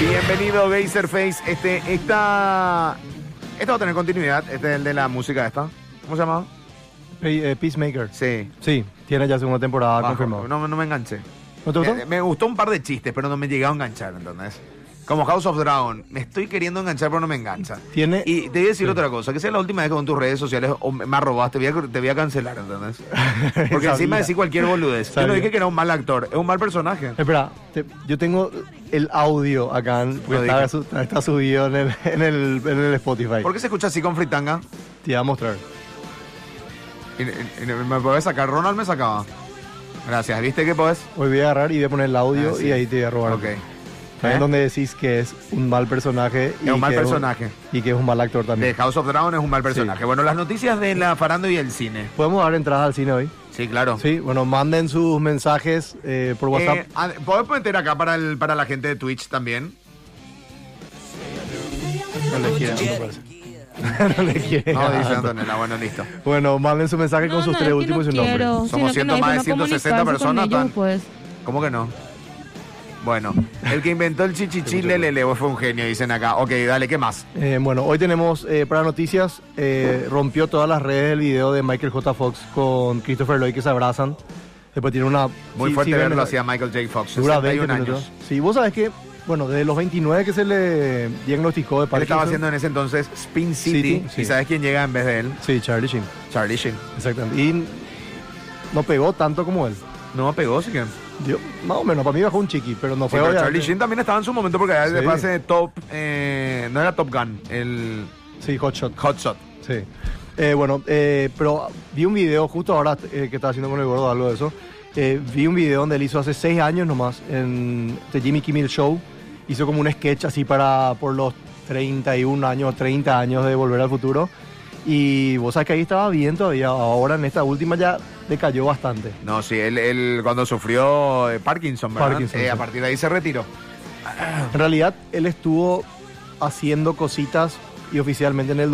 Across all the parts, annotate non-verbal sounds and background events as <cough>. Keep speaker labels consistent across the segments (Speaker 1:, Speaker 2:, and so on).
Speaker 1: Bienvenido, Geyserface. Este, esta. Esta va a tener continuidad. Este es el de la música esta. ¿Cómo se llama?
Speaker 2: Pe- eh, Peacemaker.
Speaker 1: Sí.
Speaker 2: Sí, tiene ya segunda temporada
Speaker 1: Bajo.
Speaker 2: confirmado.
Speaker 1: No, no me enganché.
Speaker 2: ¿No Ah, te gustó?
Speaker 1: Eh, me gustó un par de chistes, pero no me llegaba a enganchar, ¿entendés? Como House of Dragon, me estoy queriendo enganchar, pero no me engancha.
Speaker 2: Tiene-
Speaker 1: Y te voy a decir otra cosa, que sea la última vez que con tus redes sociales o me me arrobas, te voy a, te voy a cancelar,
Speaker 2: <laughs>
Speaker 1: ¿entendés? Porque encima
Speaker 2: Sabía.
Speaker 1: decís cualquier boludez. Yo no
Speaker 2: Sabía.
Speaker 1: dije que era un mal actor, es un mal personaje.
Speaker 2: Espera, te- yo tengo el audio acá, en- porque
Speaker 1: Lo
Speaker 2: está,
Speaker 1: dije.
Speaker 2: su- está subido en el, en, el, en el Spotify.
Speaker 1: ¿Por qué se escucha así con fritanga?
Speaker 2: Te voy a mostrar.
Speaker 1: Y- y- y me podés sacar, Ronald me sacaba. Gracias, ¿viste qué podés?
Speaker 2: Hoy voy a agarrar y voy a poner el audio
Speaker 1: Ah, sí.
Speaker 2: y ahí te voy a robar.
Speaker 1: Ok.
Speaker 2: Ahí
Speaker 1: ¿Eh?
Speaker 2: es donde decís que es un mal personaje.
Speaker 1: Es un mal
Speaker 2: que
Speaker 1: personaje.
Speaker 2: y que es un mal actor también.
Speaker 1: De House of Dragon es un mal personaje. Bueno, las noticias de la farando y el cine.
Speaker 2: ¿Podemos dar entradas al cine hoy?
Speaker 1: Sí, claro.
Speaker 2: Sí, bueno, manden sus mensajes eh, por WhatsApp.
Speaker 1: Eh, ad- ¿Podés meter acá para, el, para la gente de Twitch
Speaker 2: <laughs>
Speaker 1: también?
Speaker 2: no le quieren, no parece. <laughs> no le quieren.
Speaker 1: No, dice Antonella. Bueno, listo.
Speaker 2: Bueno, manden su mensaje
Speaker 3: No,
Speaker 2: con sus
Speaker 3: no,
Speaker 2: tres
Speaker 3: es que
Speaker 2: últimos y
Speaker 3: no
Speaker 2: su nombre.
Speaker 3: quiero,
Speaker 1: Somos
Speaker 3: sino que
Speaker 1: ciento-
Speaker 3: no, es
Speaker 1: más de
Speaker 3: no
Speaker 1: 160
Speaker 3: comunicarse
Speaker 1: personas,
Speaker 3: con ellos,
Speaker 1: tan-
Speaker 3: pues.
Speaker 1: ¿Cómo que no? Bueno, el que inventó el chichichi lelele fue un genio, dicen acá. Ok, dale, ¿qué más?
Speaker 2: Eh, bueno, hoy tenemos eh, para noticias, eh, rompió todas las redes el video de Michael J. Fox con Christopher Lloyd que se abrazan. Después tiene una...
Speaker 1: Muy
Speaker 2: sí,
Speaker 1: fuerte
Speaker 2: sí,
Speaker 1: verlo
Speaker 2: ven-
Speaker 1: hacía Michael J. Fox.
Speaker 2: Dura 20
Speaker 1: 61
Speaker 2: minutos.
Speaker 1: años.
Speaker 2: Sí, vos sabés que, bueno, desde los 29 que se le diagnosticó de
Speaker 1: Él
Speaker 2: Parkinson...
Speaker 1: estaba haciendo en ese entonces Spin City.
Speaker 2: City, sí.
Speaker 1: ¿Y sabes quién llega en vez de él?
Speaker 2: Sí, Charlie Sheen,
Speaker 1: Charlie Sheen.
Speaker 2: exactamente. Y no pegó tanto como él.
Speaker 1: No pegó, sí que.
Speaker 2: Dio- más o menos, para mí bajó un chiqui, pero no
Speaker 1: Sí,
Speaker 2: fue...
Speaker 1: pero
Speaker 2: obviamente-
Speaker 1: Charlie Sheen también estaba en su momento porque después
Speaker 2: Sí.
Speaker 1: de pase top. eh, no era Top Gun, el
Speaker 2: Sí, Hot Shot.
Speaker 1: Hot Shot.
Speaker 2: Sí. Eh, bueno, eh, pero vi un video justo ahora eh, que estaba haciendo con el gordo algo de eso. Eh, vi un video donde él hizo hace seis años nomás en The Jimmy Kimmel Show. Hizo como un sketch así para por los 31 años, 30 años de Volver al Futuro. Y vos sabés que ahí estaba bien todavía. Ahora en esta última ya decayó bastante.
Speaker 1: No, sí, él, él cuando sufrió eh, Parkinson, ¿verdad?
Speaker 2: Parkinson,
Speaker 1: Eh, A
Speaker 2: sí.
Speaker 1: partir de ahí se retiró.
Speaker 2: En realidad, él estuvo haciendo cositas y oficialmente en el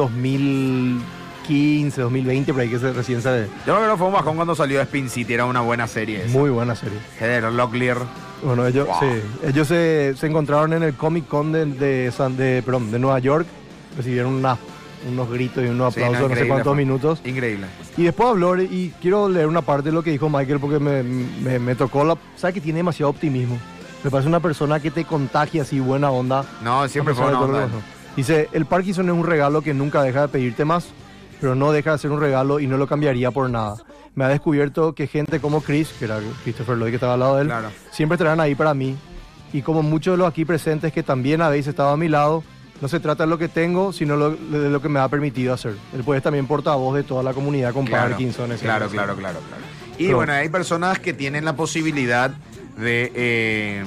Speaker 2: 2015, 2020, por ahí que se, recién se...
Speaker 1: Yo creo que no fue un bajón cuando salió Spin City, era una buena serie. esa.
Speaker 2: Muy buena serie.
Speaker 1: Heather Locklear.
Speaker 2: Bueno, ellos,
Speaker 1: Wow.
Speaker 2: sí, ellos se, se encontraron en el Comic Con de, de San- de- perdón, de Nueva York, recibieron una- unos gritos y unos
Speaker 1: Sí, no,
Speaker 2: aplausos, no, sé
Speaker 1: increíble
Speaker 2: cuántos
Speaker 1: fue.
Speaker 2: minutos.
Speaker 1: Increíble.
Speaker 2: Y después habló, y quiero leer una parte de lo que dijo Michael porque me, me- me tocó la... ¿Sabes que tiene demasiado optimismo? Me parece una persona que te contagia así buena onda.
Speaker 1: No, siempre
Speaker 2: a
Speaker 1: fue
Speaker 2: pesar de
Speaker 1: una
Speaker 2: todo lo
Speaker 1: onda.
Speaker 2: que pasó. Dice, el Parkinson es un regalo que nunca deja de pedirte más, pero no deja de ser un regalo y no lo cambiaría por nada. Me ha descubierto que gente como Chris, que era Christopher Lloyd que estaba al lado de él,
Speaker 1: Claro.
Speaker 2: siempre estarán ahí para mí. Y como muchos de los aquí presentes que también habéis estado a mi lado, no se trata de lo que tengo, sino lo- de lo que me ha permitido hacer. Él puede también portavoz de toda la comunidad con
Speaker 1: Claro,
Speaker 2: Parkinson. etcétera,
Speaker 1: Claro,
Speaker 2: etcétera.
Speaker 1: claro, claro, claro. Y
Speaker 2: Pero-
Speaker 1: bueno, hay personas que tienen la posibilidad de, eh,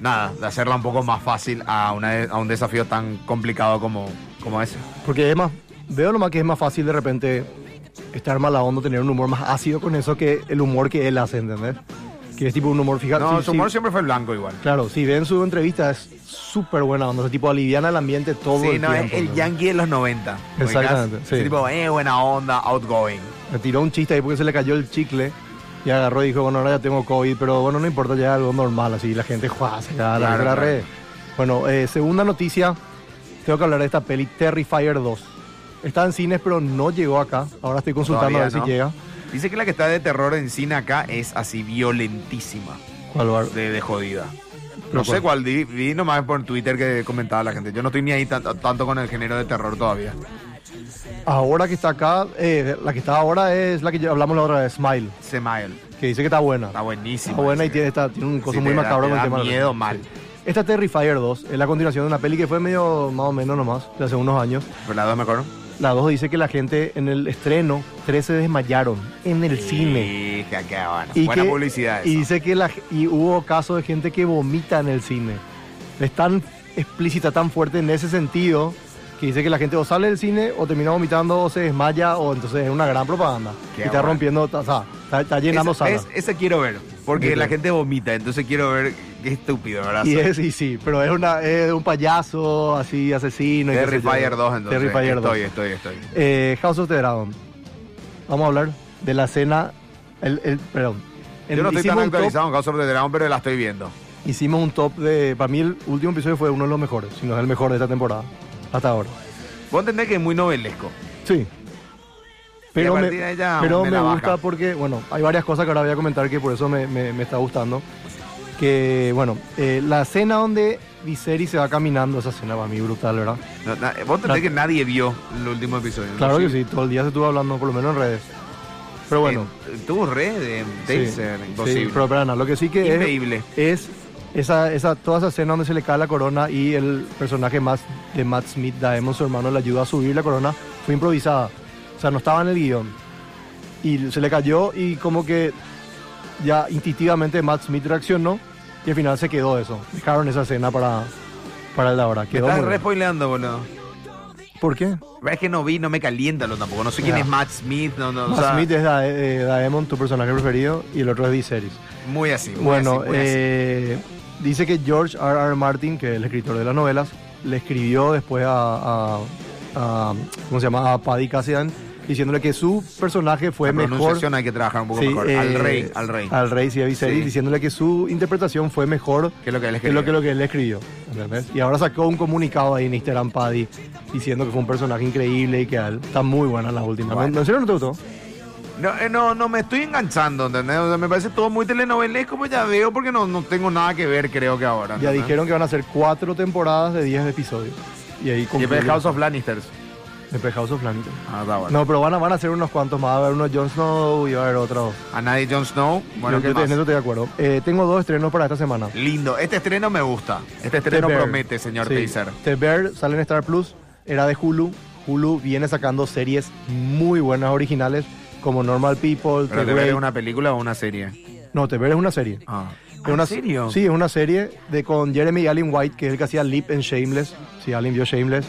Speaker 1: nada, de hacerla un poco más fácil a, una- a un desafío tan complicado como, como ese.
Speaker 2: Porque es más, veo nomás que es más fácil de repente estar mala onda, tener un humor más ácido con eso que el humor que él hace, ¿entendés? Que es tipo un humor fijado.
Speaker 1: No,
Speaker 2: Sí,
Speaker 1: su humor
Speaker 2: sí.
Speaker 1: siempre fue blanco igual.
Speaker 2: Claro, si ven su entrevista es súper buena onda, ese tipo aliviana el ambiente todo
Speaker 1: Sí,
Speaker 2: el
Speaker 1: no, es
Speaker 2: tiempo,
Speaker 1: el
Speaker 2: ¿no?
Speaker 1: yankee de los 90. ¿ubicás?
Speaker 2: Exactamente, sí.
Speaker 1: Ese tipo, eh, buena onda, outgoing.
Speaker 2: Me tiró un chiste ahí porque se le cayó el chicle y agarró y dijo, bueno, ahora ya tengo COVID, pero bueno, no importa, ya es algo normal, así la gente juega, se da la,
Speaker 1: Claro,
Speaker 2: la
Speaker 1: claro.
Speaker 2: red. Bueno, eh, segunda noticia, tengo que hablar de esta peli Terrifier 2. Está en cines, pero no llegó acá. Ahora estoy consultando
Speaker 1: Todavía
Speaker 2: a ver
Speaker 1: no.
Speaker 2: si llega.
Speaker 1: Dice que la que está de terror en cine acá es así violentísima,
Speaker 2: ¿Cuál bar?
Speaker 1: de, de jodida.
Speaker 2: Pero
Speaker 1: No sé cuál, vi, vi nomás por Twitter que comentaba la gente. Yo no estoy ni ahí tanto, tanto con el género de terror todavía.
Speaker 2: Ahora que está acá, eh, la que está ahora es la que ya hablamos la otra vez, Smile,
Speaker 1: Semael,
Speaker 2: que dice que está buena.
Speaker 1: está buenísima.
Speaker 2: Está buena y
Speaker 1: Sí.
Speaker 2: Ah, tiene, está- tiene un coso
Speaker 1: Sí,
Speaker 2: muy
Speaker 1: te da-
Speaker 2: macabro
Speaker 1: te
Speaker 2: con el
Speaker 1: da
Speaker 2: tema de la-
Speaker 1: miedo mal.
Speaker 2: Esta Terrifier 2 es la continuación de una peli que fue medio más o menos nomás, de hace unos años.
Speaker 1: Pero Pues la dos me acuerdo.
Speaker 2: La 2 dice que la gente en el estreno, 13 desmayaron en el cine.
Speaker 1: Hija, qué bueno.
Speaker 2: Y
Speaker 1: Buena
Speaker 2: que-
Speaker 1: publicidad.
Speaker 2: Y
Speaker 1: eso.
Speaker 2: dice que la, y hubo casos de gente que vomita en el cine. Es tan explícita, tan fuerte en ese sentido, que dice que la gente o sale del cine o termina vomitando o se desmaya o entonces es una gran propaganda.
Speaker 1: Qué
Speaker 2: y está
Speaker 1: bueno.
Speaker 2: rompiendo, o sea, está, está llenando
Speaker 1: Esa-
Speaker 2: salas.
Speaker 1: es- esa quiero ver, porque
Speaker 2: Yo
Speaker 1: la
Speaker 2: creo.
Speaker 1: gente vomita, entonces quiero ver qué estúpido, ¿verdad?
Speaker 2: Y es, y sí, pero es, una, es un payaso así, asesino. y qué sé yo.
Speaker 1: Terrifier 2, entonces.
Speaker 2: Terrifier 2.
Speaker 1: estoy, estoy, estoy.
Speaker 2: Eh, House of the Dragon. Vamos a hablar de la escena. El, el- perdón.
Speaker 1: Yo no estoy tan
Speaker 2: Hicimos un top-
Speaker 1: actualizado en House of the Dragon, pero la estoy viendo.
Speaker 2: Hicimos un top de. Para mí, el último episodio fue uno de los mejores, si no es el mejor de esta temporada, hasta ahora.
Speaker 1: Vos entendés que es muy novelesco.
Speaker 2: Sí. Pero me,
Speaker 1: partir de ahí ya
Speaker 2: pero
Speaker 1: me
Speaker 2: me
Speaker 1: la
Speaker 2: gusta
Speaker 1: baja.
Speaker 2: porque, bueno, hay varias cosas que ahora voy a comentar que por eso me, me- me está gustando. Que, bueno, eh, la escena donde Viserys se va caminando, esa escena para mí brutal, ¿verdad?
Speaker 1: No, na- vos entendés que nadie vio el último episodio. ¿no?
Speaker 2: Ah. Claro que sí, todo el día se estuvo hablando, por lo menos en redes. Pero bueno.
Speaker 1: Eh, tuvo red de
Speaker 2: Sí,
Speaker 1: Taser,
Speaker 2: sí,
Speaker 1: imposible.
Speaker 2: pero para nada, lo que sí que es-
Speaker 1: Increíble.
Speaker 2: es, esa, esa, toda esa escena donde se le cae la corona y el personaje más de Matt Smith, Daemon, su hermano, le ayudó a subir la corona, fue improvisada. O sea, no estaba en el guión. Y se le cayó y como que ya instintivamente Matt Smith reaccionó y al final se quedó eso. Dejaron esa escena para, para el de ahora.
Speaker 1: Me
Speaker 2: Quedó
Speaker 1: estás
Speaker 2: muy
Speaker 1: re
Speaker 2: bien.
Speaker 1: spoileando, boludo.
Speaker 2: ¿Por qué?
Speaker 1: Es que no vi, no me calienta lo tampoco. No sé quién
Speaker 2: Ya.
Speaker 1: es Matt Smith. No, no, o
Speaker 2: Matt
Speaker 1: sea,
Speaker 2: Smith es Da- eh, Daemon, tu personaje preferido, y el otro es Viserys.
Speaker 1: Muy así. muy
Speaker 2: Bueno,
Speaker 1: así, muy así.
Speaker 2: eh, dice que George R. R. Martin, que es el escritor de las novelas, le escribió después a, a- a- ¿cómo se llama? A Paddy Cassian, diciéndole que su personaje fue
Speaker 1: La
Speaker 2: mejor.
Speaker 1: pronunciación hay que trabajar un poco
Speaker 2: Sí,
Speaker 1: mejor. al
Speaker 2: eh,
Speaker 1: rey, al rey.
Speaker 2: Al rey, sí, a Viserys,
Speaker 1: Sí.
Speaker 2: diciéndole que su interpretación fue mejor
Speaker 1: que es lo que les
Speaker 2: que lo que, lo que él escribió. ¿entendés? Y ahora sacó un comunicado ahí en Instagram, Paddy, diciendo que fue un personaje increíble y que a él- está muy buena la última.
Speaker 1: Bueno.
Speaker 2: ¿No- ¿En serio no te gustó?
Speaker 1: No, eh, no, no me estoy enganchando, ¿entendés? O sea, me parece todo muy telenovelesco, pues ya veo porque no, no tengo nada que ver, creo que ahora.
Speaker 2: Ya
Speaker 1: ¿entendés?
Speaker 2: dijeron que van a ser cuatro temporadas de 10 episodios. Y ahí
Speaker 1: Y
Speaker 2: concluye.
Speaker 1: después House of Lannisters.
Speaker 2: Después House of Lannisters.
Speaker 1: Ah, está bueno.
Speaker 2: No, pero van a, van a ser unos cuantos más. Va a haber uno Jon Snow y va a haber otro.
Speaker 1: A nadie Jon Snow. Bueno,
Speaker 2: Yo-
Speaker 1: ¿qué
Speaker 2: yo te-
Speaker 1: más?
Speaker 2: en eso estoy de acuerdo. Eh, tengo dos estrenos para esta semana.
Speaker 1: Lindo. Este estreno me gusta. Este
Speaker 2: The
Speaker 1: estreno
Speaker 2: Bear.
Speaker 1: promete, señor
Speaker 2: Sí. Este
Speaker 1: Taser.
Speaker 2: The Bear sale en Star Plus. Era de Hulu. Hulu viene sacando series muy buenas, originales, como Normal People,
Speaker 1: ¿Pero
Speaker 2: The
Speaker 1: te ver
Speaker 2: Great.
Speaker 1: es una película o una serie?
Speaker 2: No, The Bear es una serie.
Speaker 1: Ah.
Speaker 2: Es una-
Speaker 1: ¿En serio?
Speaker 2: Sí, es una serie de con Jeremy y Allen White, que es el que hacía Leap en Shameless. Si Allen vio Shameless.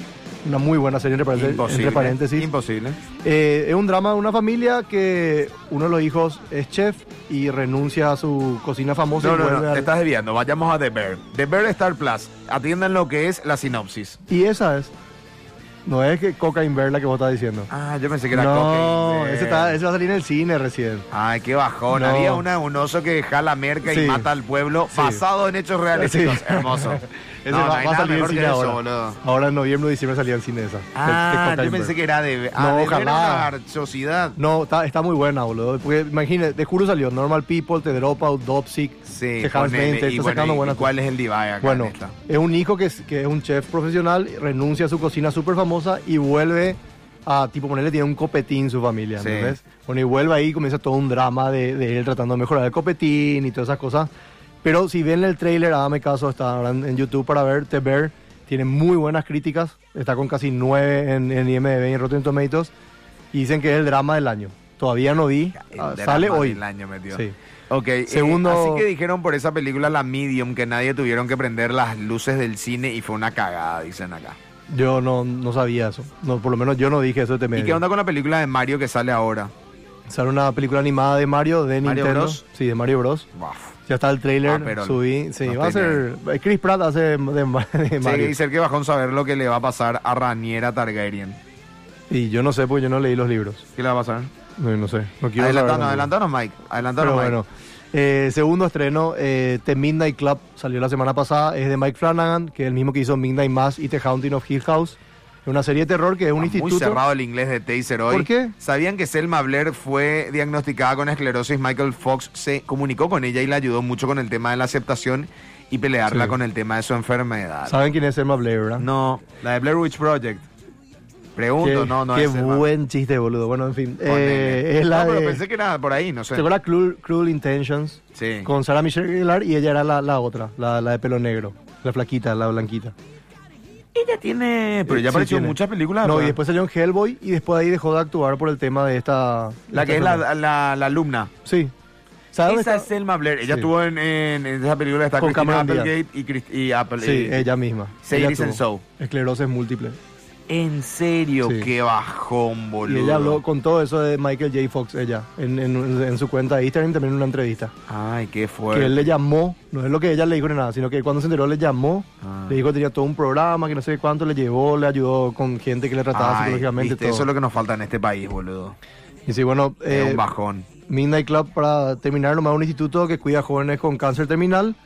Speaker 2: Una muy buena serie, entre, parece- entre paréntesis.
Speaker 1: Imposible.
Speaker 2: Eh, es un drama de una familia que uno de los hijos es chef y renuncia a su cocina famosa.
Speaker 1: No,
Speaker 2: y
Speaker 1: no,
Speaker 2: vuelve
Speaker 1: no,
Speaker 2: al-
Speaker 1: te estás desviando. Vayamos a The Bear. The Bear Star Plus. Atiendan lo que es la sinopsis.
Speaker 2: Y esa es. No es que Coca Inver la que vos estás diciendo.
Speaker 1: Ah, yo pensé que era
Speaker 2: No,
Speaker 1: Cocaine.
Speaker 2: ese, está- ese va a salir en el cine recién.
Speaker 1: Ay, qué bajón.
Speaker 2: No.
Speaker 1: Había una, un oso que jala merca
Speaker 2: Sí.
Speaker 1: y mata al pueblo
Speaker 2: Sí.
Speaker 1: basado en hechos reales.
Speaker 2: Sí.
Speaker 1: chicos. Hermoso.
Speaker 2: <laughs> Ese
Speaker 1: No,
Speaker 2: va,
Speaker 1: no
Speaker 2: va
Speaker 1: hay
Speaker 2: a
Speaker 1: nada
Speaker 2: salir en
Speaker 1: mejor que
Speaker 2: cine
Speaker 1: eso,
Speaker 2: ahora.
Speaker 1: boludo.
Speaker 2: Ahora en noviembre o diciembre salía en cine esa. de- de
Speaker 1: Ah,
Speaker 2: Coca
Speaker 1: yo
Speaker 2: Inver.
Speaker 1: pensé que era de... Ah,
Speaker 2: No,
Speaker 1: de
Speaker 2: ojalá.
Speaker 1: Era una sociedad.
Speaker 2: No, está, está muy buena, boludo. Porque imagínate, de juro salió Normal People, The Dropout, Dopsic,
Speaker 1: Sí,
Speaker 2: The House
Speaker 1: ponele.
Speaker 2: está
Speaker 1: y bueno,
Speaker 2: sacando
Speaker 1: ¿y
Speaker 2: buenas
Speaker 1: ¿Cuál es el divide acá en
Speaker 2: Bueno,
Speaker 1: esta?
Speaker 2: es un hijo que es, que es un chef profesional, renuncia a su cocina súper famosa y vuelve a, tipo, ponerle tiene un copetín su familia,
Speaker 1: Sí.
Speaker 2: ¿entendés? Bueno, y vuelve ahí y comienza todo un drama de, de él tratando de mejorar el copetín y todas esas cosas. Pero si ven el trailer, hágame caso, está ahora en, en YouTube para ver, The Bear, tiene muy buenas críticas, está con casi 9 en, en IMDb y en Rotten Tomatoes, y dicen que es el drama del año. Todavía no vi,
Speaker 1: El
Speaker 2: ah,
Speaker 1: drama
Speaker 2: sale
Speaker 1: del
Speaker 2: hoy.
Speaker 1: año, metió.
Speaker 2: Sí.
Speaker 1: Ok, eh,
Speaker 2: Segundo-
Speaker 1: así que dijeron por esa película La Medium que nadie tuvieron que prender las luces del cine y fue una cagada, dicen acá.
Speaker 2: Yo no, no sabía eso, no, por lo menos yo no dije eso de
Speaker 1: ¿Y
Speaker 2: Temer.
Speaker 1: qué onda con la película de Mario que sale ahora?
Speaker 2: Sale una película animada de Mario, de
Speaker 1: ¿Mario
Speaker 2: Nintendo.
Speaker 1: Bros?
Speaker 2: Sí, de Mario Bros.
Speaker 1: Baf.
Speaker 2: Ya está el
Speaker 1: Ah,
Speaker 2: trailer,
Speaker 1: pero
Speaker 2: subí. Sí,
Speaker 1: no
Speaker 2: va a
Speaker 1: tiene-
Speaker 2: ser. eh, Chris Pratt hace de, de Ma- de
Speaker 1: Sí,
Speaker 2: Mario.
Speaker 1: dice el que bajón saber lo que le va a pasar a Raniera Targaryen.
Speaker 2: Y yo no sé, porque yo no leí los libros.
Speaker 1: ¿Qué le va a pasar?
Speaker 2: No, no sé. No quiero saber.
Speaker 1: Adelantanos, adelantanos, Mike.
Speaker 2: Pero
Speaker 1: Adelantanos, Mike.
Speaker 2: bueno. Eh, segundo estreno, eh, The Midnight Club salió la semana pasada. Es de Mike Flanagan, que es el mismo que hizo Midnight Mass y The Haunting of Hill House. Es una serie de terror que es un
Speaker 1: Está
Speaker 2: instituto.
Speaker 1: Muy cerrado el inglés de Taser hoy.
Speaker 2: ¿Por qué?
Speaker 1: ¿Sabían que Selma Blair fue diagnosticada con esclerosis? Michael Fox se comunicó con ella y la ayudó mucho con el tema de la aceptación y pelearla
Speaker 2: Sí.
Speaker 1: con el tema de su enfermedad.
Speaker 2: ¿Saben quién es Emma Blair, verdad?
Speaker 1: No, la de Blair Witch Project. Pregunto,
Speaker 2: Qué-
Speaker 1: no, no
Speaker 2: qué
Speaker 1: es Selma.
Speaker 2: buen chiste, boludo. Bueno, en fin.
Speaker 1: Ponele.
Speaker 2: Eh, es la
Speaker 1: no, pero
Speaker 2: de-
Speaker 1: pensé que era por ahí, no sé.
Speaker 2: ¿Se acuerdan Cruel, Cruel Intentions?
Speaker 1: Sí.
Speaker 2: Con Sarah Michelle Gellar y ella era la, la otra, la, la de pelo negro, la flaquita, la blanquita.
Speaker 1: Ella tiene... Pero ya
Speaker 2: Eh, sí,
Speaker 1: apareció en
Speaker 2: tiene.
Speaker 1: muchas películas.
Speaker 2: No, y
Speaker 1: ¿verdad?
Speaker 2: después salió en Hellboy y después de ahí dejó de actuar por el tema de esta...
Speaker 1: La que es
Speaker 2: esta
Speaker 1: la,
Speaker 2: enfermedad.
Speaker 1: la- la alumna.
Speaker 2: Sí. ¿Sabes dónde
Speaker 1: Esa es
Speaker 2: está?
Speaker 1: Selma Blair. Ella
Speaker 2: Sí.
Speaker 1: estuvo en, en- en esa película está
Speaker 2: Con
Speaker 1: Christina
Speaker 2: Cameron Díaz.
Speaker 1: Applegate y, Chris- y Apple.
Speaker 2: Sí,
Speaker 1: eh,
Speaker 2: ella misma.
Speaker 1: Say
Speaker 2: Ella
Speaker 1: it isn't
Speaker 2: tuvo
Speaker 1: so.
Speaker 2: Esclerosis múltiple.
Speaker 1: En serio,
Speaker 2: Sí.
Speaker 1: qué bajón, boludo.
Speaker 2: Y ella habló con todo eso de Michael J. Fox, ella, en, en- en su cuenta de Instagram y también en una entrevista.
Speaker 1: Ay, qué
Speaker 2: Que él
Speaker 1: fuerte.
Speaker 2: le llamó, no es lo que ella le dijo ni nada, sino que cuando se enteró le llamó,
Speaker 1: Ah.
Speaker 2: le dijo que tenía todo un programa, que no sé cuánto, le llevó, le ayudó con gente que le trataba
Speaker 1: Ay,
Speaker 2: psicológicamente.
Speaker 1: viste,
Speaker 2: todo.
Speaker 1: Eso es lo que nos falta en este país, boludo.
Speaker 2: Y sí, bueno,
Speaker 1: es
Speaker 2: eh,
Speaker 1: un bajón.
Speaker 2: Midnight Club para terminar, nomás un instituto que cuida a jóvenes con cáncer terminal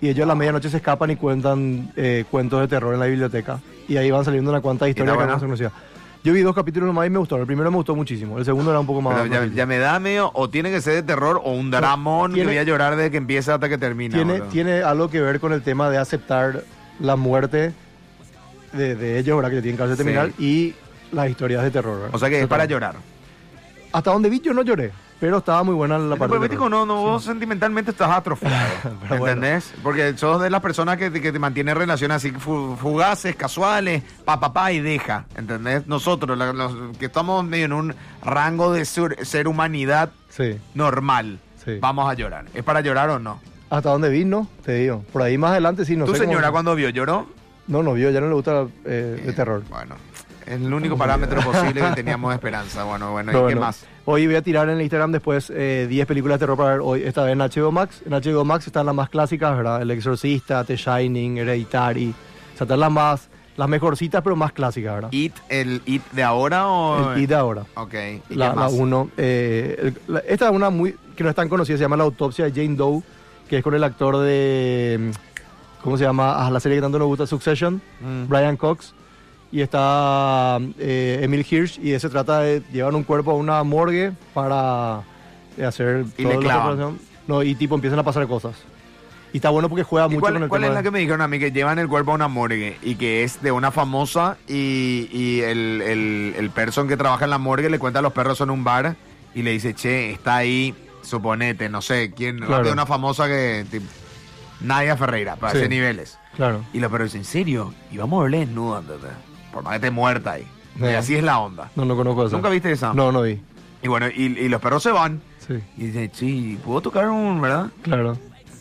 Speaker 2: y
Speaker 1: Ah.
Speaker 2: ellos a la medianoche se escapan y cuentan eh, cuentos de terror en la biblioteca. Y ahí van saliendo una cuantas historias que
Speaker 1: buena?
Speaker 2: no se conocía. Yo vi dos capítulos nomás y me gustaron. El primero me gustó muchísimo. El segundo era un poco más.
Speaker 1: Pero ya,
Speaker 2: más-
Speaker 1: ya me da medio, o tiene que ser de terror o un dramón que
Speaker 2: tiene-
Speaker 1: voy a llorar desde que empieza hasta que termina.
Speaker 2: tiene,
Speaker 1: boludo.
Speaker 2: tiene algo que ver con el tema de aceptar la muerte de, de ellos, ¿verdad? Que le tienen cáncer
Speaker 1: Sí.
Speaker 2: terminal y las historias de terror. ¿verdad?
Speaker 1: O sea que es
Speaker 2: De
Speaker 1: para
Speaker 2: terror.
Speaker 1: llorar.
Speaker 2: Hasta donde vi yo no lloré, pero estaba muy buena la parte.
Speaker 1: Pero
Speaker 2: de
Speaker 1: Mítico,
Speaker 2: terror.
Speaker 1: no, no, vos sentimentalmente estás atrofiado.
Speaker 2: <laughs> Pero bueno.
Speaker 1: ¿Entendés? Porque sos de las personas que, te- que te mantienen relaciones así fu- fugaces, casuales, pa, pa, pa y deja. ¿Entendés? Nosotros, la- los que estamos medio en un rango de sur- ser humanidad
Speaker 2: Sí.
Speaker 1: normal,
Speaker 2: Sí.
Speaker 1: vamos a llorar. ¿Es para llorar o no?
Speaker 2: Hasta donde vi, no, te digo. Por ahí más adelante sí, no
Speaker 1: ¿Tu
Speaker 2: sé cómo-
Speaker 1: señora cuando vio lloró?
Speaker 2: No, no vio, ya no le gusta eh, de
Speaker 1: Eh,
Speaker 2: terror.
Speaker 1: Bueno, es el único parámetro posible
Speaker 2: <laughs>
Speaker 1: que teníamos de esperanza. Bueno, bueno, ¿y
Speaker 2: Pero
Speaker 1: qué
Speaker 2: bueno,
Speaker 1: más?
Speaker 2: Hoy voy a tirar en el Instagram después eh, 10 películas de terror para ver hoy, esta vez en HBO Max. En HBO Max están las más clásicas, ¿verdad? El Exorcista, The Shining, Hereditary. O sea, están las más, las mejorcitas, pero más clásicas, ¿verdad?
Speaker 1: ¿It, el it de ahora o...?
Speaker 2: el, y de ahora.
Speaker 1: Ok, ¿y
Speaker 2: La,
Speaker 1: qué
Speaker 2: la
Speaker 1: más?
Speaker 2: uno, eh, el- la- esta es una muy, que no es tan conocida, se llama La Autopsia de Jane Doe, que es con el actor de, mm, ¿cómo se llama? Ah, la serie que tanto nos gusta, Succession.
Speaker 1: Mm.
Speaker 2: Brian Cox y está eh, Emil Hirsch y se trata de llevar un cuerpo a una morgue para eh, hacer
Speaker 1: Y
Speaker 2: todo
Speaker 1: le
Speaker 2: lo que
Speaker 1: clavan.
Speaker 2: operación. No, y tipo empiezan a pasar cosas. Y está bueno porque juega
Speaker 1: ¿Y
Speaker 2: mucho con
Speaker 1: ¿Cuál,
Speaker 2: el
Speaker 1: cuál
Speaker 2: tema
Speaker 1: es la
Speaker 2: de-
Speaker 1: que me dijeron a mí que llevan el cuerpo a una morgue y que es de una famosa y, y el, el, el person que trabaja en la morgue le cuenta a los perros en un bar y le dice, che, está ahí, suponete, no sé, quién,
Speaker 2: Claro.
Speaker 1: rápido, una famosa que... tipo, Nadia Ferreira, para
Speaker 2: Sí.
Speaker 1: hacer niveles.
Speaker 2: Claro.
Speaker 1: Y los perros dicen, ¿en serio? Y vamos a verle desnuda, ¿entendés? por más que esté muerta ahí. Y
Speaker 2: Eh.
Speaker 1: así es la onda.
Speaker 2: No, no conozco esa.
Speaker 1: ¿Nunca viste esa?
Speaker 2: No, no vi.
Speaker 1: Y bueno, y, y los perros se van
Speaker 2: Sí,
Speaker 1: y dicen, sí, ¿puedo tocar un, verdad?
Speaker 2: claro.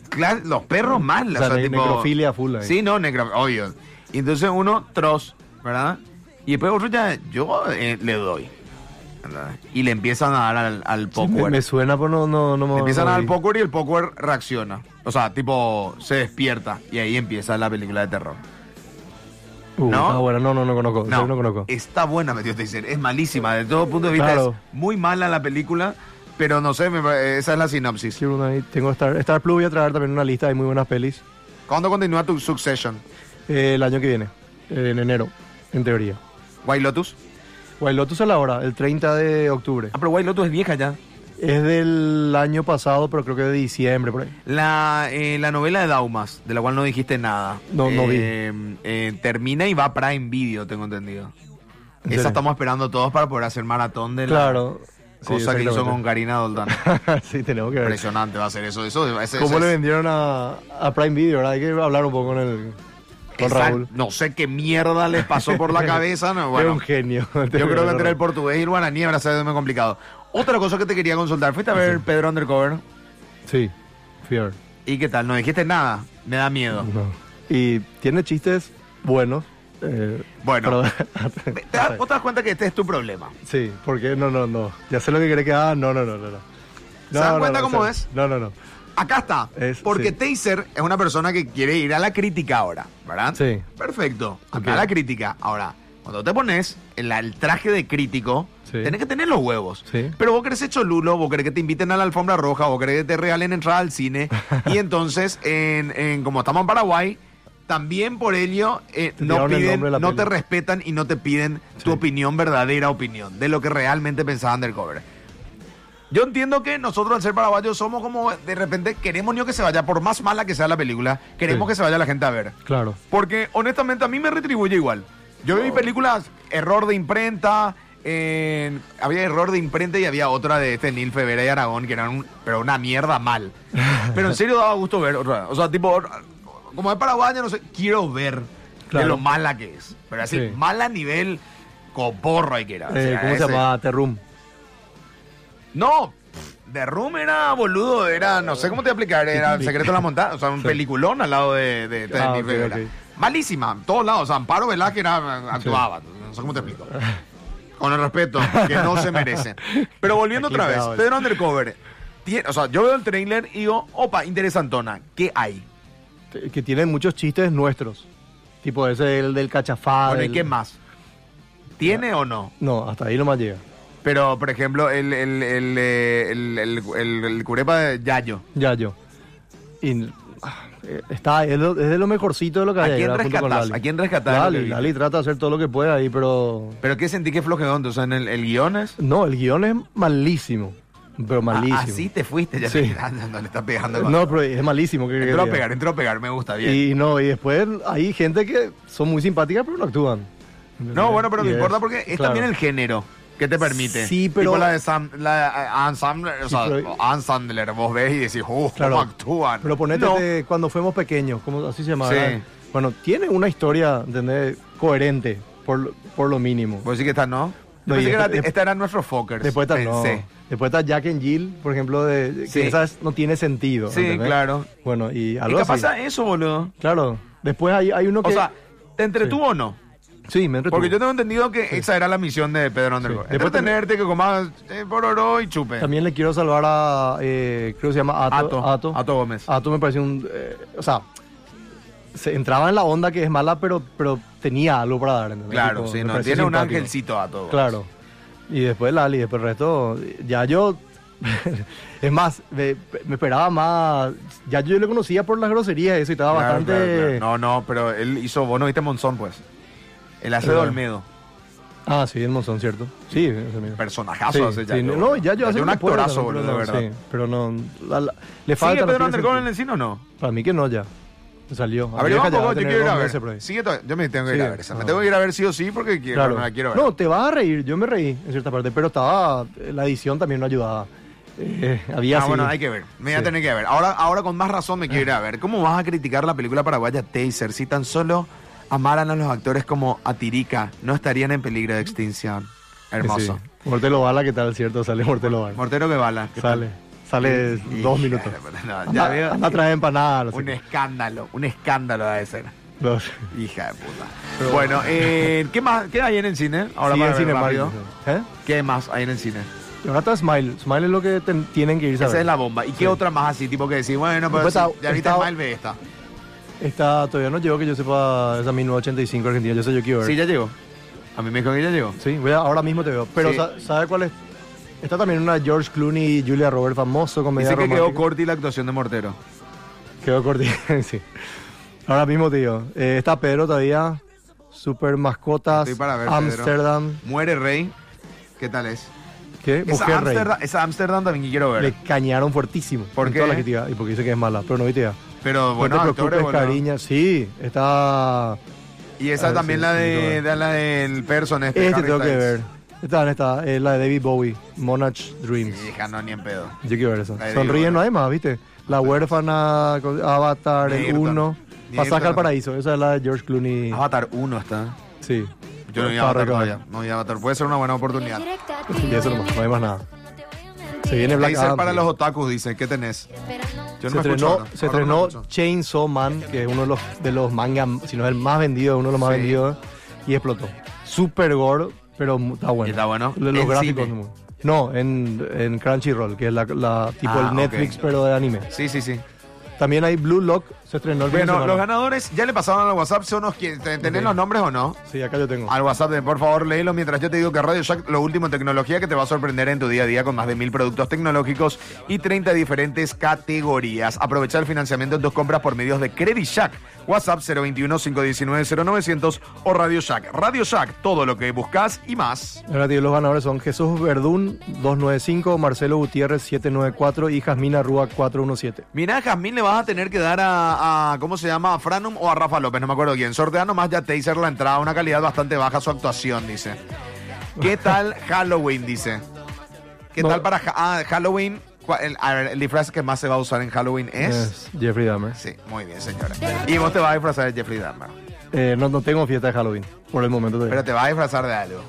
Speaker 1: Claro, los perros mal.
Speaker 2: O sea, ne- necrofilia full ahí.
Speaker 1: Sí, no, necro, obvio. Y entonces uno, tros, ¿verdad? Y después otro ya, yo eh, le doy. ¿verdad? Y le empiezan a dar al, al
Speaker 2: Sí, me,
Speaker 1: poker.
Speaker 2: me suena, pero no, no, no me
Speaker 1: Le empiezan
Speaker 2: no
Speaker 1: a dar al
Speaker 2: vi.
Speaker 1: poker y el poker reacciona. O sea, tipo, se despierta. Y ahí empieza la película de terror.
Speaker 2: Uh,
Speaker 1: ¿no?
Speaker 2: ah, bueno, no, no, no conozco. No, no conozco.
Speaker 1: está buena, me dio a decir. Es malísima. De todo punto de vista
Speaker 2: Claro.
Speaker 1: es muy mala la película. Pero no sé, me pare- esa es la sinopsis.
Speaker 2: Sí, bueno, ahí tengo Star, Star Plus, voy a traer también una lista de muy buenas pelis
Speaker 1: ¿Cuándo continúa tu Succession?
Speaker 2: eh, el año que viene, eh, en enero, en teoría.
Speaker 1: ¿White Lotus?
Speaker 2: White Lotus a la hora, Pues el 30 de octubre.
Speaker 1: Ah, pero White Lotus es vieja ya.
Speaker 2: Es del año pasado, pero creo que de diciembre, por ahí.
Speaker 1: La, eh, la novela de Daumas, de la cual no dijiste nada.
Speaker 2: No, no vi.
Speaker 1: Eh, eh, termina y va a Prime Video, tengo entendido.
Speaker 2: ¿En
Speaker 1: Esa
Speaker 2: serio?
Speaker 1: estamos esperando todos para poder hacer maratón de la
Speaker 2: Claro. Sí,
Speaker 1: cosa que hizo con
Speaker 2: exactamente.
Speaker 1: Karina
Speaker 2: <laughs>
Speaker 1: Doldán.
Speaker 2: sí, tenemos que ver.
Speaker 1: Impresionante va a ser eso. eso, ese-
Speaker 2: ¿Cómo
Speaker 1: ese-
Speaker 2: le vendieron a, a Prime Video, verdad? Hay que hablar un poco con el con
Speaker 1: esa-
Speaker 2: Raúl.
Speaker 1: No sé qué mierda les pasó
Speaker 2: <laughs>
Speaker 1: por la cabeza. No, bueno,
Speaker 2: es un genio.
Speaker 1: yo creo que entre el portugués y el guaraní habrá sido muy complicado. Otra cosa que te quería consultar. Fuiste a
Speaker 2: Ah,
Speaker 1: ver Pedro Undercover
Speaker 2: Sí, Fear.
Speaker 1: y qué tal. No dijiste nada. Me da
Speaker 2: <laughs>
Speaker 1: miedo.
Speaker 2: No. Y tiene chistes buenos. eh,
Speaker 1: Bueno.
Speaker 2: pero-
Speaker 1: Te das- <laughs> vos te das cuenta que este es tu problema.
Speaker 2: Sí, porque no, no, no. Ya sé lo que querés que haga. No, no, no, no. no.
Speaker 1: ¿Se dan
Speaker 2: No, no,
Speaker 1: cuenta
Speaker 2: no,
Speaker 1: cómo
Speaker 2: sí.
Speaker 1: es?
Speaker 2: No, no, no.
Speaker 1: Acá está.
Speaker 2: Es-
Speaker 1: porque
Speaker 2: sí.
Speaker 1: Taser es una persona que quiere ir a la crítica ahora, ¿verdad?
Speaker 2: Sí.
Speaker 1: Perfecto. Acá
Speaker 2: Ok.
Speaker 1: la crítica. Ahora, cuando te pones el, el traje de crítico,
Speaker 2: Sí.
Speaker 1: tenés que tener los huevos.
Speaker 2: Sí.
Speaker 1: Pero vos querés ser cholulo, vos querés que te inviten a la alfombra roja, vos querés que te regalen entrada al
Speaker 2: <laughs>
Speaker 1: cine. y entonces, en, en- como estamos en Paraguay, también por ello eh,
Speaker 2: Te
Speaker 1: no,
Speaker 2: tiraron el
Speaker 1: piden,
Speaker 2: nombre de la
Speaker 1: no te
Speaker 2: peli.
Speaker 1: respetan y no te piden tu
Speaker 2: Sí.
Speaker 1: opinión, verdadera opinión, de lo que realmente pensaba Undercover. Yo entiendo que nosotros al ser paraguayos somos como de repente queremos ni que se vaya, por más mala que sea la película, queremos
Speaker 2: Sí.
Speaker 1: que se vaya la gente a ver.
Speaker 2: Claro.
Speaker 1: Porque honestamente a mí me retribuye igual. Yo vi películas, error de imprenta, en- había error de imprenta y había otra de este Nil Fevera y Aragón, que eran un- pero una mierda
Speaker 2: <laughs>
Speaker 1: mal. Pero en serio daba gusto ver otra. O sea, tipo, como es paraguaya, no sé, quiero ver de
Speaker 2: Claro.
Speaker 1: lo mala que es. Pero así,
Speaker 2: Sí.
Speaker 1: mala a nivel coporro hay que ir. a- o
Speaker 2: Eh,
Speaker 1: sea,
Speaker 2: ¿Cómo se
Speaker 1: ese-
Speaker 2: llama? The Room.
Speaker 1: no, The Room era boludo, era, no sé cómo te voy a explicar, era El Secreto de la Montaña, o sea, un peliculón al lado de, de Tenny
Speaker 2: Ah, ok,
Speaker 1: Rivera.
Speaker 2: ok.
Speaker 1: Malísima, en todos lados, o sea, Amparo Velázquez era- actuaba, no sé cómo te explico. Con el respeto que no se merece. Pero volviendo otra vez,
Speaker 2: Clipeado.
Speaker 1: Pedro Undercover, tiene- o sea, yo veo el trailer y digo, opa, interesantona, ¿qué hay?
Speaker 2: que tienen muchos chistes nuestros. Tipo ese del, del cachafá.
Speaker 1: Bueno, ¿y
Speaker 2: del-
Speaker 1: qué más? ¿Tiene o no?
Speaker 2: No, hasta ahí nomás llega.
Speaker 1: Pero, por ejemplo, el, el, el, eh, el- el- el- el curepa de Yayo.
Speaker 2: Ya yo. Y ah, eh, está, es, lo- es de lo mejorcito de lo que
Speaker 1: ¿A
Speaker 2: hay.
Speaker 1: quién
Speaker 2: ¿verdad? Junto con
Speaker 1: rescatás?
Speaker 2: Lali.
Speaker 1: ¿A quién rescatás de lo que
Speaker 2: Lali,
Speaker 1: viste?
Speaker 2: Lali trata de hacer todo lo que puede ahí, pero...
Speaker 1: ¿Pero qué sentí que flojeón? O sea, en el, el guión es...
Speaker 2: No, el guión es malísimo, pero malísimo.
Speaker 1: Ah, así te fuiste, ya
Speaker 2: Sí.
Speaker 1: no, no le está pegando. con-
Speaker 2: No, pero es malísimo. ¿qué
Speaker 1: entró a
Speaker 2: quería?
Speaker 1: pegar, entró a pegar, me gusta, bien.
Speaker 2: Y no, y después hay gente que son muy simpáticas, pero no actúan.
Speaker 1: No, bueno, pero
Speaker 2: Y
Speaker 1: no
Speaker 2: es-
Speaker 1: importa porque es
Speaker 2: claro.
Speaker 1: también el género que te permite.
Speaker 2: Sí, pero-
Speaker 1: Tipo la de Sam, la de a- Ann Sandler, o
Speaker 2: Sí,
Speaker 1: sea,
Speaker 2: pero-
Speaker 1: Ann Sandler, vos ves y decís, uh,
Speaker 2: Claro.
Speaker 1: cómo actúan.
Speaker 2: Pero ponete
Speaker 1: No.
Speaker 2: de cuando fuimos pequeños, como así se llamaba.
Speaker 1: Sí.
Speaker 2: ¿verdad? Bueno, tiene una historia, ¿entendés? Coherente, por, lo- por lo mínimo.
Speaker 1: Vos decís que esta no. Yo
Speaker 2: No, y
Speaker 1: pensé que
Speaker 2: después-
Speaker 1: era, esta era nuestro Fockers.
Speaker 2: Después está, no.
Speaker 1: pensé.
Speaker 2: Después está Jack and Jill, por ejemplo, de, que
Speaker 1: Sí.
Speaker 2: esas no tiene sentido.
Speaker 1: Sí, claro.
Speaker 2: Bueno, y
Speaker 1: ¿Y
Speaker 2: algo
Speaker 1: qué
Speaker 2: así.
Speaker 1: pasa eso, boludo?
Speaker 2: Claro. Después hay, hay uno que...
Speaker 1: O sea, ¿te entretuvo o no?
Speaker 2: sí, me entretuvo.
Speaker 1: Porque yo tengo entendido que esa era la misión de Pedro Underwood.
Speaker 2: Sí. Después
Speaker 1: Entretenerte, que comas eh, pororó y chupe.
Speaker 2: También le quiero salvar a, eh, creo que se llama Ato.
Speaker 1: Ato, Ato Gómez.
Speaker 2: Ato me pareció un, eh, o sea, se entraba en la onda que es mala, pero, pero tenía algo para dar. ¿entendés?
Speaker 1: Claro,
Speaker 2: Tipo,
Speaker 1: sí,
Speaker 2: me
Speaker 1: no,
Speaker 2: pareció
Speaker 1: tiene un
Speaker 2: simpático.
Speaker 1: angelcito a todo.
Speaker 2: Claro. Y después Lali, después el resto, ya yo, <laughs> es más, me, me esperaba más, ya yo le conocía por las groserías y eso y estaba
Speaker 1: Claro,
Speaker 2: bastante...
Speaker 1: claro, claro. No, no, pero él hizo, vos no viste Monzón, pues. El hace de
Speaker 2: Claro.
Speaker 1: Olmedo.
Speaker 2: Ah, sí, el Monzón, ¿cierto? Sí, ese mismo. Sí,
Speaker 1: Personajazo este hace
Speaker 2: sí,
Speaker 1: Yayo,
Speaker 2: no,
Speaker 1: boludo.
Speaker 2: ya yo
Speaker 1: Yayo
Speaker 2: hace
Speaker 1: un
Speaker 2: que puedo,
Speaker 1: actorazo,
Speaker 2: pero
Speaker 1: boludo,
Speaker 2: no,
Speaker 1: de verdad.
Speaker 2: Sí, pero no, la- la- le falta...
Speaker 1: ¿Sigue
Speaker 2: no
Speaker 1: Pedro
Speaker 2: tiene
Speaker 1: Undergone en
Speaker 2: sentido.
Speaker 1: el cine o no?
Speaker 2: Para mí que no ya. Se salió.
Speaker 1: A ver,
Speaker 2: Vieja
Speaker 1: vamos,
Speaker 2: ya va
Speaker 1: yo
Speaker 2: tener
Speaker 1: quiero ir a
Speaker 2: dos meses por
Speaker 1: ver.
Speaker 2: ahí.
Speaker 1: Sigue todavía- Yo me tengo que ir
Speaker 2: Sí,
Speaker 1: a ver esa. Me
Speaker 2: no.
Speaker 1: tengo que ir a ver sí o sí porque quiero,
Speaker 2: Claro.
Speaker 1: me la quiero ver.
Speaker 2: No, te vas a reír. Yo me reí en cierta parte, pero estaba. La edición también no ayudaba. Eh, había
Speaker 1: Ah,
Speaker 2: así-
Speaker 1: bueno, hay que ver. Me voy a
Speaker 2: Sí.
Speaker 1: tener que ver. Ahora, ahora con más razón me quiero ir a ver. ¿Cómo vas a criticar la película paraguaya Taser si tan solo amaran a los actores como a Tirica? No estarían en peligro de extinción. Hermoso.
Speaker 2: Sí. Mortelo Bala, ¿qué tal, cierto? Sale Mortelo Bala.
Speaker 1: Mortero que bala. ¿Qué tal?
Speaker 2: Sale. Sale
Speaker 1: Y-
Speaker 2: dos
Speaker 1: y-
Speaker 2: minutos.
Speaker 1: No, ya
Speaker 2: Anda,
Speaker 1: veo.
Speaker 2: anda a traer empanadas. no sé
Speaker 1: Un e.
Speaker 2: qué.
Speaker 1: escándalo, un escándalo de escena.
Speaker 2: Los-
Speaker 1: Hija de puta. bueno, eh, ¿qué más? ¿Qué hay en el cine? Ahora para
Speaker 2: Sí, en
Speaker 1: ver
Speaker 2: cine,
Speaker 1: rápido.
Speaker 2: Mario. ¿Eh?
Speaker 1: ¿Qué más hay en el cine?
Speaker 2: Y Ahora está Smile. Smile es lo que ten- tienen que irse a
Speaker 1: Esa
Speaker 2: ver.
Speaker 1: es la bomba. ¿Y qué
Speaker 2: Sí.
Speaker 1: otra más así? Tipo que decís, bueno, pero
Speaker 2: Después
Speaker 1: si-
Speaker 2: está-
Speaker 1: ya ahorita
Speaker 2: está-
Speaker 1: mal ve esta.
Speaker 2: Está, todavía no llegó que yo sepa esa 1985 Argentina. Yo sé, yo quiero ver.
Speaker 1: Sí, ya llegó. A mí me dijo que ya llegó.
Speaker 2: Sí, voy a- ahora mismo te veo. Pero
Speaker 1: Sí.
Speaker 2: ¿sabes cuál es? Está también una George Clooney y Julia Robert famoso comedia
Speaker 1: Dice que quedó
Speaker 2: romántica.
Speaker 1: corta y la actuación de Mortero.
Speaker 2: Quedó cortita, <laughs> sí. Ahora mismo, tío. Eh, está Pedro todavía. Super Mascotas.
Speaker 1: Estoy para ver, Pedro.
Speaker 2: Amsterdam.
Speaker 1: Muere Rey. ¿qué tal es?
Speaker 2: ¿Qué? Mujer
Speaker 1: Esa
Speaker 2: Rey.
Speaker 1: Amsterdam, esa Amsterdam también que quiero ver.
Speaker 2: Le cañaron fuertísimo.
Speaker 1: ¿Por
Speaker 2: en
Speaker 1: qué?
Speaker 2: Toda la crítica. Y porque dice que es mala. Pero no viste ya.
Speaker 1: Pero bueno,
Speaker 2: no te
Speaker 1: actores,
Speaker 2: preocupes,
Speaker 1: boludo.
Speaker 2: cariño. Sí, está...
Speaker 1: Y
Speaker 2: A
Speaker 1: esa
Speaker 2: ver,
Speaker 1: también
Speaker 2: sí,
Speaker 1: la
Speaker 2: sí,
Speaker 1: de,
Speaker 2: tengo que
Speaker 1: de la del person este.
Speaker 2: Este
Speaker 1: Harry
Speaker 2: tengo que
Speaker 1: Styles.
Speaker 2: ver. Esta, en esta. eh, la de David Bowie. Monarch Dreams.
Speaker 1: Hija, no, ni en pedo.
Speaker 2: Yo quiero ver esa.
Speaker 1: Ahí digo,
Speaker 2: Sonríe,
Speaker 1: ¿no?
Speaker 2: no hay más, ¿viste? La huérfana, con- Avatar, el
Speaker 1: Ayrton.
Speaker 2: 1.
Speaker 1: Ni
Speaker 2: Pasaje
Speaker 1: Ayrton.
Speaker 2: al paraíso. Esa es la de George Clooney.
Speaker 1: Avatar 1 está.
Speaker 2: Sí.
Speaker 1: Yo no voy a
Speaker 2: Está
Speaker 1: Avatar
Speaker 2: re
Speaker 1: todavía. No voy a Avatar. Puede ser una buena oportunidad.
Speaker 2: Y eso nomás, no hay más nada. Se viene Black
Speaker 1: Blazer
Speaker 2: Adam.
Speaker 1: para
Speaker 2: sí.
Speaker 1: los otakus, dice. ¿Qué tenés? Yo no
Speaker 2: se
Speaker 1: me escucho
Speaker 2: estrenó,
Speaker 1: ahora. Ahora no
Speaker 2: se
Speaker 1: me
Speaker 2: estrenó
Speaker 1: escucho.
Speaker 2: Chainsaw Man, que es uno de los, de los mangas, si no es el más vendido, uno de los más
Speaker 1: Sí.
Speaker 2: vendidos, y explotó. Super gore, pero mu- está bueno.
Speaker 1: ¿Y está bueno?
Speaker 2: Lo- Los
Speaker 1: ¿En
Speaker 2: gráficos.
Speaker 1: cine?
Speaker 2: muy- No, en, en Crunchyroll, que es la, la- tipo
Speaker 1: Ah,
Speaker 2: el Netflix,
Speaker 1: ok.
Speaker 2: pero de anime.
Speaker 1: Sí, sí, sí.
Speaker 2: También hay Blue Lock, se estrenó el fin de
Speaker 1: Bueno,
Speaker 2: semana.
Speaker 1: los ganadores ya le pasaron al WhatsApp. Son los que te- ¿Tenés
Speaker 2: Ok.
Speaker 1: los nombres o no?
Speaker 2: Sí, acá yo tengo.
Speaker 1: Al WhatsApp, de, por favor, léelo mientras yo te digo que Radio Shack, lo último en tecnología que te va a sorprender en tu día a día con más de mil productos tecnológicos y 30 diferentes categorías. Aprovecha el financiamiento en tus compras por medios de Credit Shack, WhatsApp 021-519-0900 o Radio Shack. Radio Shack, todo lo que buscas y más.
Speaker 2: Ahora, tío, los ganadores son Jesús Verdún 295, Marcelo Gutiérrez 794 y Jasmina Rúa 417.
Speaker 1: Mirá, Jazmín le vas a tener que dar a, a- ¿cómo se llama? A Franum o a Rafa López, no me acuerdo quién. Sortea nomás ya Taser la entrada, una calidad bastante baja su actuación, dice. ¿Qué tal Halloween, dice? ¿Qué
Speaker 2: No.
Speaker 1: tal para Ja- ah, Halloween? ¿Cuál- El, a ver, el disfraz que más se va a usar en Halloween es...
Speaker 2: Es Jeffrey Dahmer.
Speaker 1: Sí, muy bien, señora. Y vos te vas a disfrazar de Jeffrey Dahmer.
Speaker 2: Eh, no, no tengo fiesta de Halloween, por el momento todavía.
Speaker 1: Pero te vas a disfrazar de algo.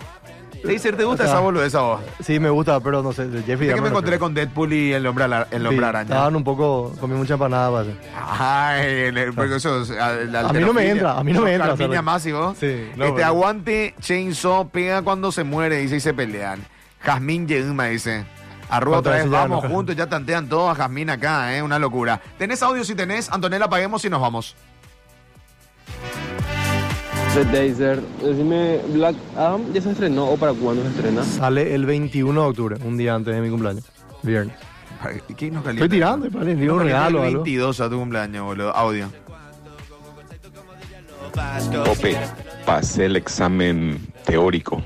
Speaker 1: Taser, ¿te gusta
Speaker 2: Acá.
Speaker 1: esa boludeza vos?
Speaker 2: Sí, me gusta, pero no sé, de Jeffrey
Speaker 1: Es que me
Speaker 2: Dahmer no
Speaker 1: encontré
Speaker 2: creo.
Speaker 1: con Deadpool y el hombre, ala- el hombre
Speaker 2: Sí,
Speaker 1: araña.
Speaker 2: Estaban un poco, comí mucha empanada, parece.
Speaker 1: Ay, el- el- porque eso es, a,
Speaker 2: A mí no me entra, a mí no me entra,
Speaker 1: Carmiña
Speaker 2: ¿sabes?
Speaker 1: más y vos.
Speaker 2: Sí, no,
Speaker 1: este
Speaker 2: pero-
Speaker 1: aguante, Chainsaw, pega cuando se muere, dice, y se pelean. Jazmín Yeuma dice. Arroba
Speaker 2: ¿Cuántas
Speaker 1: otra vez,
Speaker 2: veces ya
Speaker 1: vamos
Speaker 2: no?
Speaker 1: juntos, ya tantean todos a Jazmín acá, ¿eh? Una locura. ¿Tenés audio si tenés? Antonella, apaguemos y nos vamos.
Speaker 3: The Dazer, decime, Black Adam ya se estrenó o para cuándo se estrena?
Speaker 2: Sale el 21 de octubre, un día antes de mi cumpleaños, viernes.
Speaker 1: ¿Para qué- ¿Qué nos calienta?
Speaker 2: Estoy tirando, vale, le digo un
Speaker 1: Nos calienta
Speaker 2: regalo. o
Speaker 1: El
Speaker 2: algo.
Speaker 1: 22 a tu cumpleaños, boludo. Audio.
Speaker 4: Pope, pasé el examen teórico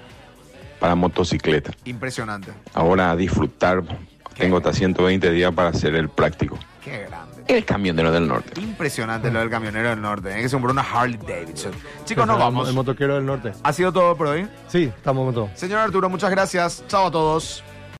Speaker 4: para motocicleta.
Speaker 1: Impresionante.
Speaker 4: Ahora a disfrutar. Tengo hasta 120 días para hacer el práctico.
Speaker 1: Qué grande.
Speaker 4: El camionero del norte.
Speaker 1: Impresionante lo del camionero del norte. Tiene que ser una Harley Davidson. Chicos,
Speaker 2: El-
Speaker 1: nos
Speaker 2: El
Speaker 1: vamos.
Speaker 2: motoquero del norte.
Speaker 1: Ha sido todo por hoy.
Speaker 2: Sí, estamos con todo.
Speaker 1: Señor Arturo, muchas gracias. Chao a todos.